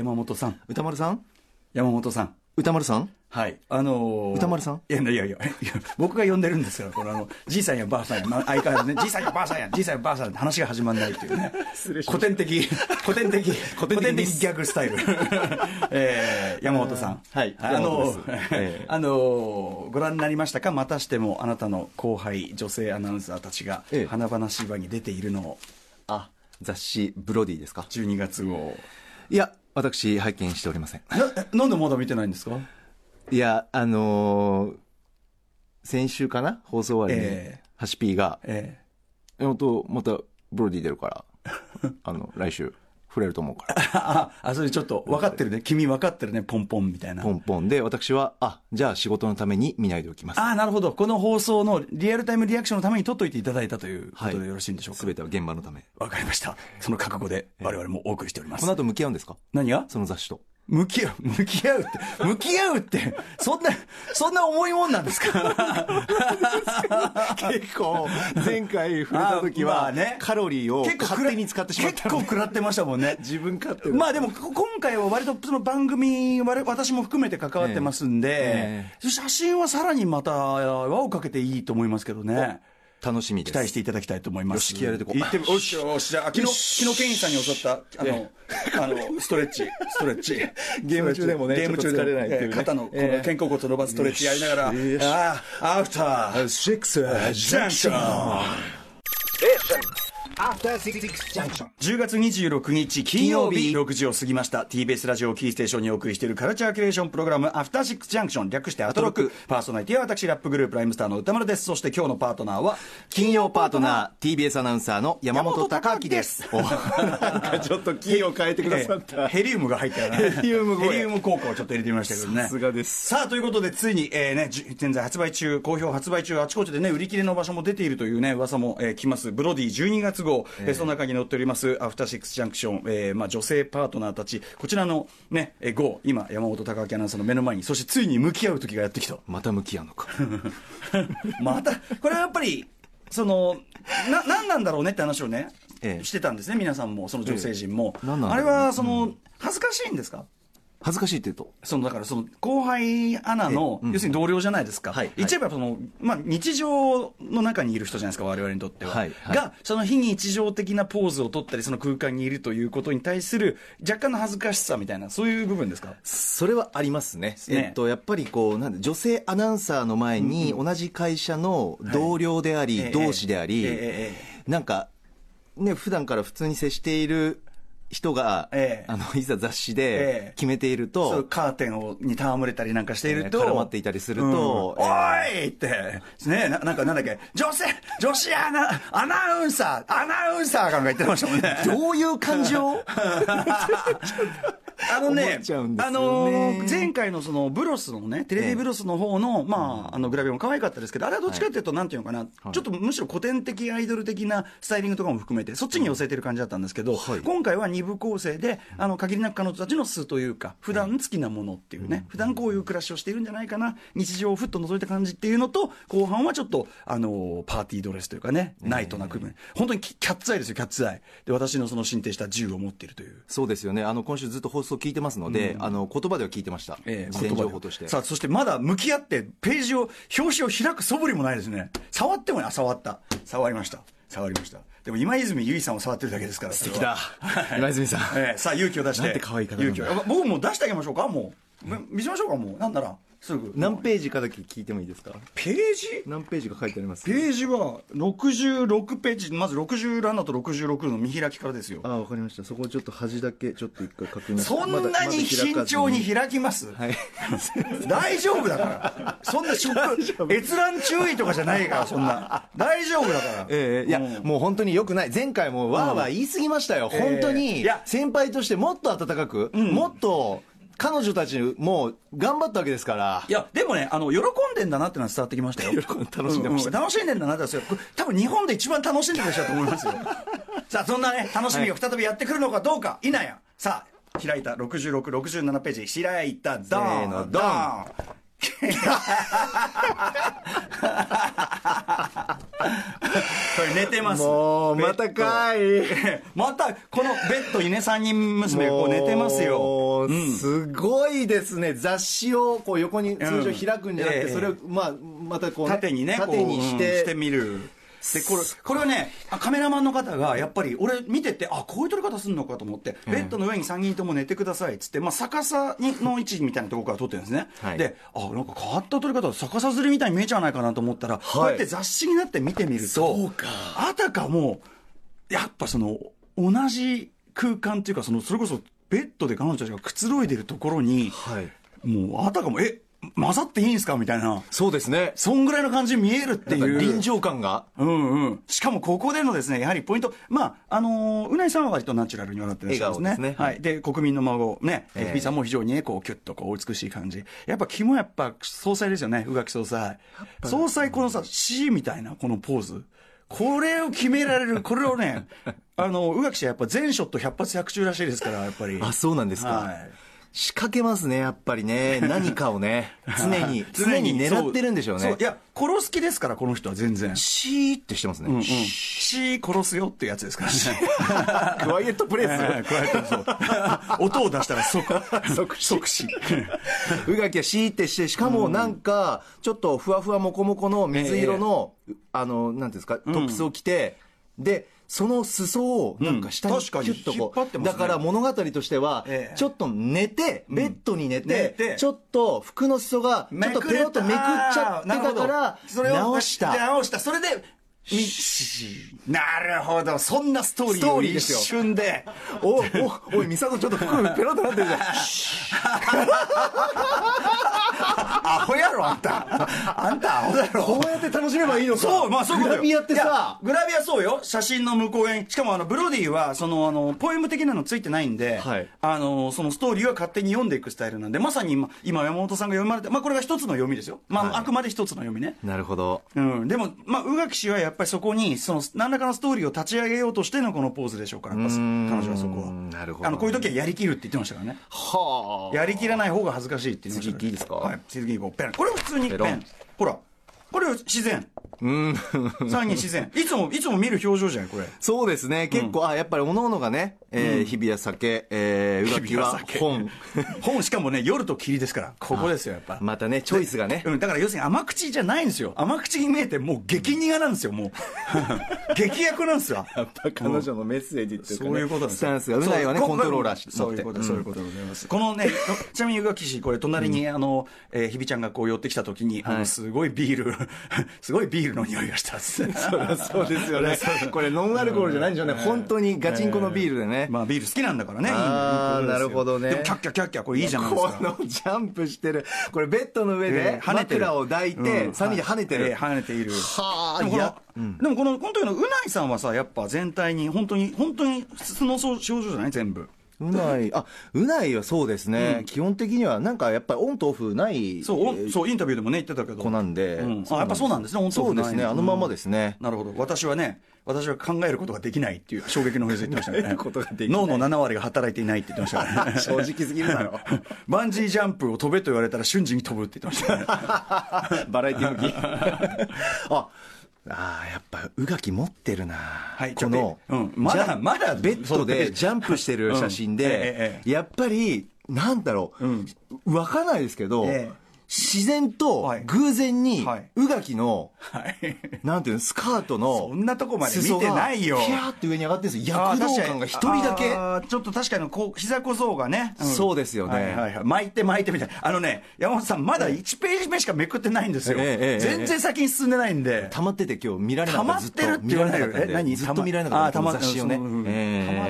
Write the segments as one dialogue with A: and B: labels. A: 山本さん、
B: 歌丸さん
A: 山本さん。
B: 歌丸さん
A: はい。あのー
B: 歌丸さん
A: いやいやいやいや、僕が呼んでるんですから、このあの、じいさんやばあさんや、まあ、相変わらずね、じいさんやばあさんや、じいさんやばあさんって話が始まんないっていう ね。古典的、古典的、古典的ギャグスタイル。 えー、山本さん。
B: はい
A: あの
B: 山本ですええ
A: あのーご覧になりましたかまたしてもあなたの後輩、女性アナウンサーたちが
B: ええ、
A: 華々しい場に出ているのを、
B: あ、雑誌ブロディですか
A: 12月号。
B: いや、私拝見しておりません。
A: な、えなんでまだ見てないんですか
B: いや、あのー先週かな放送終わりに、
A: ええ
B: ハシピーが、
A: ええ
B: 本当またブロディ出る から、あの、来週、触れると思うから、
A: あ、あ、それちょっと分かってるね。君分かってるね、ポンポンみたいな。
B: ポンポンで、私は、あ、じゃあ仕事のために見ないでおきます。
A: ああ、なるほど。この放送のリアルタイムリアクションのために撮っといていただいたというこ
B: はい
A: とでよろしいんでしょうか。
B: すべては現場のため。
A: わかりました。その覚悟で我々もお送りしております。
B: この後向き合うんですか
A: 何が
B: その雑誌と。
A: 向き合う、 向き合うって、向き合うって、そんな、そんな重いもんなんですか
B: 結構、前回触
A: れた時はカ
B: ロリーを
A: 結構食らってましたもんね。
B: 自分勝手
A: まあでも、こ今回は割とその番組、我々私も含めて関わってますんで、
B: え
A: 写真はさらにまた輪をかけていいと思いますけどね。
B: 楽しみで
A: 期
B: す。
A: 待していただきたいと思います。
B: よし気合入れてこう
A: 行ってみよしよし、じゃあ、昨日、昨日、ケインさんに教わった、あの、あの、ストレッチ、ストレッチ。
B: ゲーム中でもね
A: ゲーム中でも
B: ちょっと疲れないってい
A: え
B: うね
A: ー肩の、この
B: ええ
A: 肩甲骨を伸ばすストレッチやりながら、あ
B: よし
A: ーアフター、
B: シックス
A: ジャンクション
C: After Six Junction.
A: 10月26日金曜
B: 金
A: 日
B: 曜
A: 6時を過ぎました TBS ラジオをキーステーションにお送りしているカルチャーキュレーションプログラムアフターシックスジャンクション略してアトロッ
B: ア
A: ク
B: トロッ
A: パーソナリティは私ラップグループライムスターの歌丸ですそして今日のパートナーは
B: 金曜パートナー、TBS アナウンサーの山本隆明です。おなんかちょっとキーを変えてくださっ
A: ええ
B: た。
A: ヘリウムが入ったよね
B: ヘリウム声
A: ヘリウム効果をちょっと入れてみましたけどね
B: さすがです
A: さあということでついに、えーね、じゅ現在発売中好評発売中あちこちでね売り切れの場所も出ているというね噂も、えー来ますブロディ12月号、えーその中に載っておりますアフターシックスジャンクション、えーまあ、女性パートナーたちこちらのねえー号今山本貴明アナウンサーの目の前にそしてついに向き合う時がやってきた
B: また向き合うのか。
A: またこれはやっぱりそのな何なんだろうねって話をね、
B: ええ
A: してたんですね皆さんもその女性陣も、
B: ええ何なん
A: あ
B: だ
A: れ
B: ろうね
A: はその、恥ずかしいんですか
B: 恥ずかしいって言うと。
A: そのだからその後輩アナの、要するに同僚じゃないですか、
B: はいはい
A: 言っちゃえばその、まあ、日常の中にいる人じゃないですか、我々にとっては。
B: はいはい
A: が、その非日常的なポーズを取ったり、その空間にいるということに対する若干の恥ずかしさみたいな、そういう部分ですか。
B: それはありますね。
A: ね
B: えっと、やっぱりこう、なんで、女性アナウンサーの前に、同じ会社の同僚であり、
A: はい
B: 同志であり、
A: えええ
B: なんか、ね、普段から普通に接している人が、
A: ええ
B: あの、いざ雑誌
A: ええ
B: で決めている
A: そ
B: と
A: う、カーテンをに戯れたりなんかしていると、
B: 絡まっていたりすると
A: うん
B: え
A: お
B: ー
A: いって、ねな、なんかなんだっけ、女性、女子アナアナウンサー、アナウンサーかなんか言ってましたもんね。
B: どういう感 情
A: あの
B: 思
A: ね
B: っ、ちゃうんです
A: あ
B: よね
A: のー前回のそのブロスのね、テレビブロスの方の、まあ、あのグラビアも可愛かったですけど、あれはどっちかっていうと、なんていうのかな、ちょっとむしろ古典的アイドル的なスタイリングとかも含めて、そっちに寄せてる感じだったんですけど、今回は2部構成で、あの、限りなく彼女たちの素というか、普段好きなものっていうね、普段こういう暮らしをしているんじゃないかな、日常をふっと覗いた感じっていうのと、後半はちょっと、あのーパーティードレスというかね、ナイトな部分、本当にキキャッツアイですよ、キャッツアイ。で、私のその進呈した銃を持っているという。
B: そうですよね。あの、今週ずっと放送聞いてますので、あの、言葉では聞いてました。
A: ええ
B: 事前
A: 言葉で
B: 情報として。
A: さあ、そしてまだ向き合って、ページを、表紙を開く素振りもないですね。触ってもない。あ、触った。触りました。触りました。でも今泉ゆいさんを触ってるだけですから。素
B: 素敵だ。今泉さん。
A: ええさあ、勇気を出して。
B: なんて可愛い方なんだ
A: 勇気を。あ僕も出してあげましょうか、もう。め見せましょうか、もう。なんなら、すぐ。
B: 何ページかだけ聞いてもいいですか
A: ページ
B: 何ページか書いてあります
A: ページは66ページ、まず67と66の見開きからですよ。
B: ああ、わかりました。そこをちょっと端だけ、ちょっと一回確認して
A: そんなに慎重に。開きます、
B: い
A: 大丈夫だからそんな 食閲覧注意とかじゃないからそんな大丈夫だから
B: ええいや、もう本当に良くない。前回もわーわー言い過ぎましたよ。本当
A: ええ
B: に
A: いや、
B: 先輩としてもっと温かく、もっと、彼女たちも頑張ったわけですから
A: い。やでもねあの喜んでんだなってのは伝わってきましたよ
B: 喜ん楽しんでました
A: うう楽しんでんだなってのはそれこれ多分日本で一番楽しんでる人だと思い ますよさあそんなね楽しみが再びやってくるのかどうか否やさあ開いた6667ページ開いたド
B: せー
A: ーン
B: の
A: ド
B: ド
A: ーン これ寝てます
B: もうまたかい、
A: ベッド またこのベッドにね3人娘がこう寝てますよ、うん
B: すごいですね雑誌をこう横に通常開くんじゃなくて、それを、まあ、またこう、ね、
A: 縦にね
B: 縦にして,、
A: してみるでこれこれはねカメラマンの方がやっぱり俺見ててあこういう撮り方するのかと思ってベッドの上に3人とも寝てくださいっつって、まあ、逆さにの位置みたいなところから撮ってるんですね、はい、であなんか変わった撮り方逆さずりみたいに見えちゃわないかなと思ったら、はい、こうやって雑誌になって見てみるとあたかもやっぱその同じ空間っていうかそのそれこそベッドで彼女たちがくつろいでるところに、はい、もうあたかもえ混ざっていいんですかみたいな。
B: そうですね。
A: そんぐらいの感じ見えるっていう。
B: 臨場感が。
A: うんうん。しかもここでのですね、やはりポイント。まあ、あのー、うないさんは割とナチュラルに笑ってらっしゃるんですね。ですねはい。で、国民の孫、ね、えー、FP さんも非常にね、こう、キュッとこう、美しい感じ。やっぱ、肝やっぱ、総裁ですよね、宇垣総裁。総裁、このさ、C みたいな、このポーズ。これを決められる、 これをね、あの、宇垣氏はやっぱ全ショット100発100中らしいですから、やっぱり。
B: あ、そうなんですか。はい。仕掛けますね、やっぱり ね。何かをね。常に、 常に狙ってるんでしょうね。
A: いや、殺す気ですから、この人は全然。
B: シーってしてますね。うん
A: うん、シー殺すよってやつです から
B: ね。クワイエットプ レイス、えー、
A: クワイエットそう。音を出したら即、
B: 即死。即死。うがきはシーってして、しかもなんか、ちょっとふわふわもこもこの水色の、えー、あの、なんていうんですか、トップスを着て、うん、で、その裾をなんか下にキュッとこう、だから物語としては、ちょっと寝て、ベッドに寝て、ちょっと服の裾がちょっとペロッとめくっちゃってたから直した
A: 直したそれでなるほどそんなストーリーを一瞬で
B: おおおい美里ちょっと服ペロッとなってるじゃん
A: アホやろあんたあんたアホだろ
B: こうやって楽しめばいいのか
A: そうまあそう
B: グラビアってさ
A: グラビアそうよ写真の向こう側にしかもあのブロディはそのあのポエム的なのついてないんで、はい、あのそのストーリーは勝手に読んでいくスタイルなんでまさに今今山本さんが読まれて、まあ、これが一つの読みですよ、まあ、はい、あくまで一つの読みね
B: なるほど、
A: うん、でも、まあ、宇垣氏はやっぱりそこにその何らかのストーリーを立ち上げようとしてのこのポーズでしょうから彼女はそこは
B: なるほど、ね、
A: あのこういう時はやりきるって言ってましたからね
B: は
A: あやりきらない方が恥ずかしいって言ってました
B: 次っていいですか
A: はい次こうペンこれは普通にペンほらこれ自然。うん。3人自然。いつも、いつも見る表情じゃないこれ。
B: そうですね。結構、うん、あ、やっぱり、おのおのがね、えー、日比谷酒、えー、うがきは 本。
A: 本、しかもね、夜と霧ですから、ここですよ、やっぱ。
B: またね、チョイスがね。
A: うん、だから要するに甘口じゃないんですよ。甘口に見えて、もう激苦なんですよ、 もう。激役なんですよ。
B: やっぱ彼女のメッセージって
A: そういうことなんです
B: スタンスが、うないはね、コントローラーして。
A: そういうこと、そういうことでございます。このね、 ちなみにうがき氏、これ、隣に、あの、えー、日比ちゃんがこう寄ってきた時に、あの、すごいビール、 すごいビールの匂いがしたっす
B: そうですよねこれノンアルコールじゃないんでしょうね、本当にガチンコのビールでね、
A: まあビール好きなんだからね
B: ああなるほどね
A: でもキャッキャキャッキャこれいいじゃないですか
B: このジャンプしてるこれベッドの上で枕を抱いて、うん、3人で跳ねてる、はい
A: えー、跳ねている
B: はあ
A: いやうん、でもこの今回のうないさんはさやっぱ全体に本当に本当に素の症状じゃない全部
B: うない、あ、うないはそうですね、うん、基本的にはなんかやっぱりオンとオフない
A: そうそう、インタビューでもね、言ってたけど、
B: 子なんで、
A: うん、あやっぱそうなんですね、オンとオフ
B: ないそうですね、あのままですね、
A: うん、なるほど、私はね、私は考えることができないっていう衝撃のフレーズ言ってました ね
B: ことがで
A: きない。脳の7割が働いていないって言ってましたね。
B: 正直すぎるだろ。
A: バンジージャンプを飛べと言われたら瞬時に飛ぶって言ってました
B: ね。バラエティ向き。 あああ、やっぱ、うがき持ってるな。はい、この、
A: うん、まだ、まだ、
B: ベッドでジャンプしてる写真で、やっぱり、なんだろう、うん、わかんないですけど、自然と偶然に、うがきの、 なんていうの、スカートの、
A: そんなとこまで見てないよ。
B: ひゃーって上に上がってるんですよ。躍動感が一人だけ。
A: ちょっと確かにこう、膝小僧がね、
B: そうですよね、
A: はいはい巻いて巻いてみたいな。あのね、山本さん、まだ1ページ目しかめくってないんですよ。全然先に進んでないんで。
B: 溜まってて今日見られな
A: かった。溜まってるって言わないよ。え、
B: 何ずっと見られなかった。
A: 溜まって
B: る。溜まっ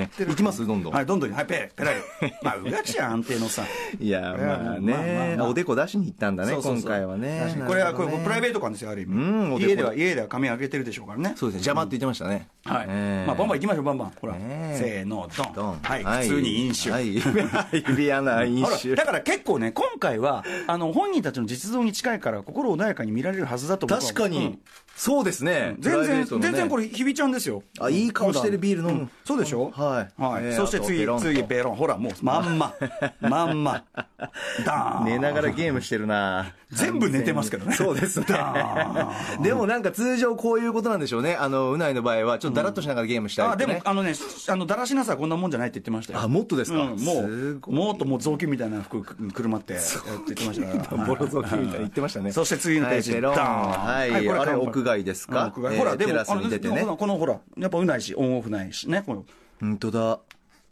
B: てる。いきますどんどん。
A: はい、どんどん。はい、ペペラ リ。まあ、うがきは安定のさ。
B: いや、まあね、おでこ出しに行ったんだね、今回はね。
A: これはこれプライベート感ですよ、ある意味。うん、家では、家では髪上げてるでしょうからね。
B: そうですね、邪魔って言ってましたね。
A: はい。まあ、バンバン行きましょう、バンバン。ほら。せーの、ドン。はい、普通に飲酒。はい。
B: 指穴飲酒。
A: だから結構ね、今回は、あの、本人たちの実像に近いから、心穏やかに見られるはずだと
B: 確かに。そうですね。
A: 全然、全然これ、ひびちゃんですよ。
B: あ、いい顔してるビール飲む。
A: そうでしょ
B: はね。
A: はい。
B: ね
A: そして
B: あ
A: 次
B: とペロ、ンと
A: 次、ベロン。ほら、もう、まん ま。まんま。ダーン。
B: 寝ながらゲームしてるな
A: 全部寝てますけどね
B: そうですね
A: ダ。
B: でもなんか通常こういうことなんでしょうね。あの、うないの場合は、ちょっとだらっとしながらゲームしたい
A: あ
B: って
A: で
B: ね、
A: も、あのね、あのだらしなさはこんなもんじゃないって言ってましたよ。
B: あもっとですか
A: うんも
B: す
A: う、もっともう雑巾みたいな服くるまって、やって言ってましたから。
B: ボロ雑巾みたいに言ってましたね。
A: そして次のページ、
B: はい、ペロン
A: ダーン
B: はい、
A: こ
B: あれ
A: 看板
B: 屋外です
A: うん
B: か
A: 屋外
B: えー
A: ほら、で
B: テ
A: も、
B: ラスに出て
A: あ
B: ね
A: の。このほら、やっぱうないし、オンオフないしね、この
B: 本当だ。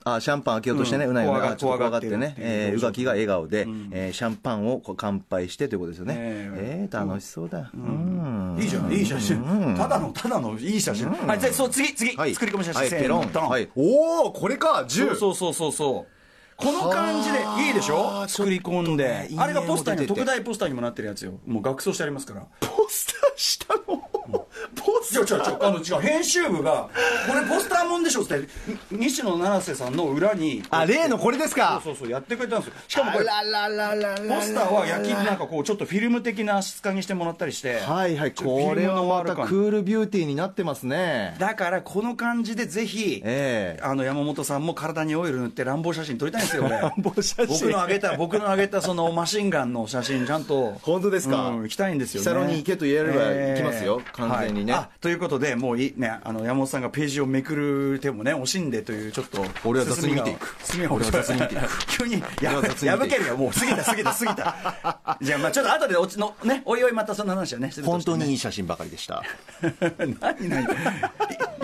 B: あ、シャンパン開けようとしてね、
A: うん
B: うなぎが
A: 怖が
B: あちょっと怖がってね
A: 怖がっ、てるっていう
B: えー、うがきが笑顔で、えーシャンパンをこう乾杯してということですよね。
A: え
B: えー楽しそうだ。うん。
A: いいじゃん、いい写真。ただの、ただのいい写真。はい、じゃあそう、次、次、
B: はい。
A: 作り込み写真、
B: はい、
A: せ
B: ペ
A: ー
B: ロ
A: の
B: ン。
A: ドン
B: はい。おおこれか、
A: そう
B: 銃
A: そうそうそうそう。この感じでいいでし
B: あ
A: ょ
B: ー
A: 作り込んで、
B: ちょっとねいいね
A: あれがポスターに
B: 出てて
A: 特大ポスターにもなってるやつよもう学装してありますから
B: ポスターしたのポ
A: いや違う違うあの違う編集部がこれポスターもんでしょっつってに西野七瀬さんの裏に
B: あ、例のこれです
A: そう
B: か
A: そうそうやってくれたんですよしかもこれ
B: あらららららら
A: ポスターは焼きなんかこうちょっとフィルム的な質感にしてもらったりして
B: はいはい、
A: ちょっとフィ
B: こ
A: ル
B: れ
A: ム
B: は
A: の
B: ま
A: ワー
B: た
A: ル
B: ク
A: 感
B: ールビューティーになってますね。
A: だからこの感じでぜひ、
B: ええ
A: あの山本さんも体にオイル塗って乱暴写真撮りたいんですよ俺
B: 乱暴写真
A: 僕のあげた僕のあげたそのマシンガンの写真ちゃんと
B: 本当ですか
A: うん行きたいんですよね
B: 日サロに行けと言えれば行きますよ完全にね
A: はいあということでもういいねあの山本さんがページをめくる手もね惜しんでというちょっと
B: 俺は雑に見ていく
A: 進みが
B: 俺は雑に見てい
A: 急にや
B: 俺は雑に見ていく
A: 破けるよもう過ぎた過ぎた過ぎた じゃあまあちょっと後でおちのねおいおいまたそんな話はねすると
B: 本
A: して
B: 当
A: ね
B: にいい写真ばかりでした。
A: 何何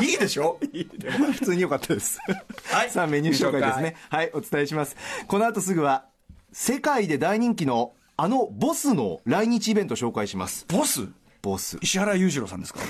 A: いいいでしょいいで
B: 普通に良かったです。
A: はい
B: さあ、メニュー紹介ですね。はい、お伝えします。この後すぐは、世界で大人気の、あのボスの来日イベント紹介します。
A: ボス
B: ボス。
A: 石原裕次郎さんですか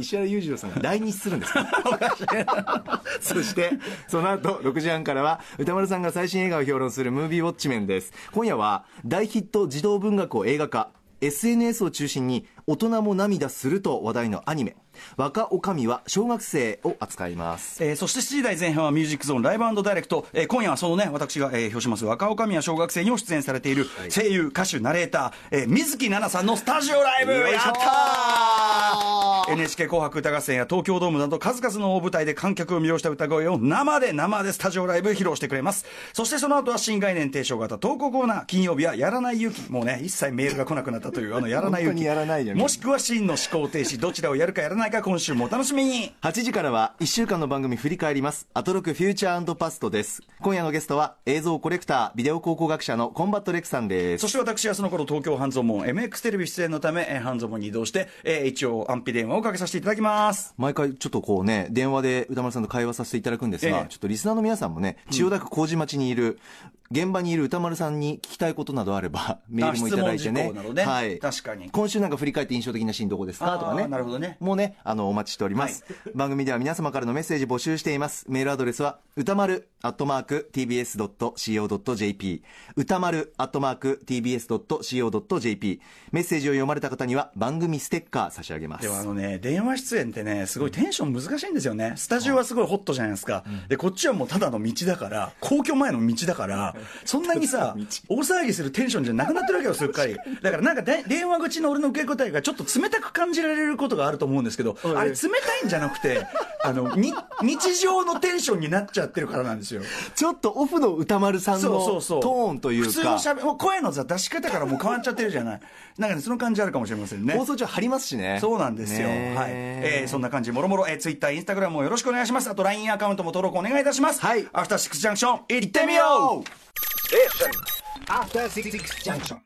B: 石原裕次郎さんが来日するんです かそして、その後、6時半からは、歌丸さんが最新映画を評論するムービーウォッチメンです。今夜は、大ヒット児童文学を映画化。SNS を中心に、大人も涙すると話題のアニメ。若女将は小学生を扱います。
A: えーそして7時台前半はミュージックゾーンライブダイレクト、えー今夜はそのね私が、えー表します若女将や小学生にも出演されている声優、歌手ナレーター、えー水木奈々さんのスタジオライブ
B: よい
A: やっ
B: しょ
A: たー NHK 紅白歌合戦や東京ドームなど数々の大舞台で観客を魅了した歌声を生で生でスタジオライブ披露してくれますそしてその後は新概念提唱型投稿コーナー金曜日はやらない勇気もうね一切メールが来なくなったというあのやらない勇
B: 本当
A: 気
B: にやらないじゃん
A: もしくは真の思考停止どちらをやるかやらないか今週もお楽しみに
B: 8時からは1週間の番組振り返ります。アトロクフューチャーパストです。今夜のゲストは映像コレクター、ビデオ考古学者のコンバットレクさんです
A: そ。して私はその頃東京半蔵門 MX テレビ出演のため、えー半蔵門に移動して、えー一応安否電話をかけさせていただきます。
B: 毎回ちょっとこうね、電話で歌丸さんと会話させていただくんですが、
A: ええ
B: ちょっとリスナーの皆さんもね、千代田区麹町にいる、現場にいる歌丸さんに聞きたいことなどあれば、メールもいただいて
A: 質問事
B: ね
A: 項など。ね
B: はい。
A: 確かに
B: 今週なんか振り返って印象的なシーンどこですか
A: あー
B: とかね。
A: なるほどね
B: もうね、あの、お待ちしております。番組では皆様からのメッセージ募集しています。メールアドレスは、歌丸、アットマーク、tbs.co.jp。歌丸、アットマーク、tbs.co.jp。メッセージを読まれた方には、番組ステッカー差し上げます。
A: ではあのね、電話出演ってね、すごいテンション難しいんですよね。スタジオはすごいホットじゃないですか。で、こっちはもうただの道だから、皇居前の道だから、そんなに さ、大騒ぎするテンションじゃなくなってるわけよ、すっかり。だからなんかで電話口の俺の受け答えがちょっと冷たく感じられることがあると思うんですけど、あれ冷たいんじゃなくて、あの、に日常のテンションになっちゃってるからなんですよ。
B: ちょっとオフの歌丸さんの
A: そうそう
B: ト
A: そう
B: ーンというか、
A: 普通のしゃべもう声のさ出し方からもう変わっちゃってるじゃない なんかねその感じあるかもしれませんね
B: 放送中張りますしね。
A: そうなんですよ、
B: ね
A: はいえーそんな感じもろもろ、えー、Twitter、Instagram もよろしくお願いしますあと LINE アカウントも登録お願いいたします
B: はい
A: アフターシックスジャンクション行っ
B: 行って
A: てみ
B: み
A: よ
B: よ
A: う
B: う
C: After Six Junction.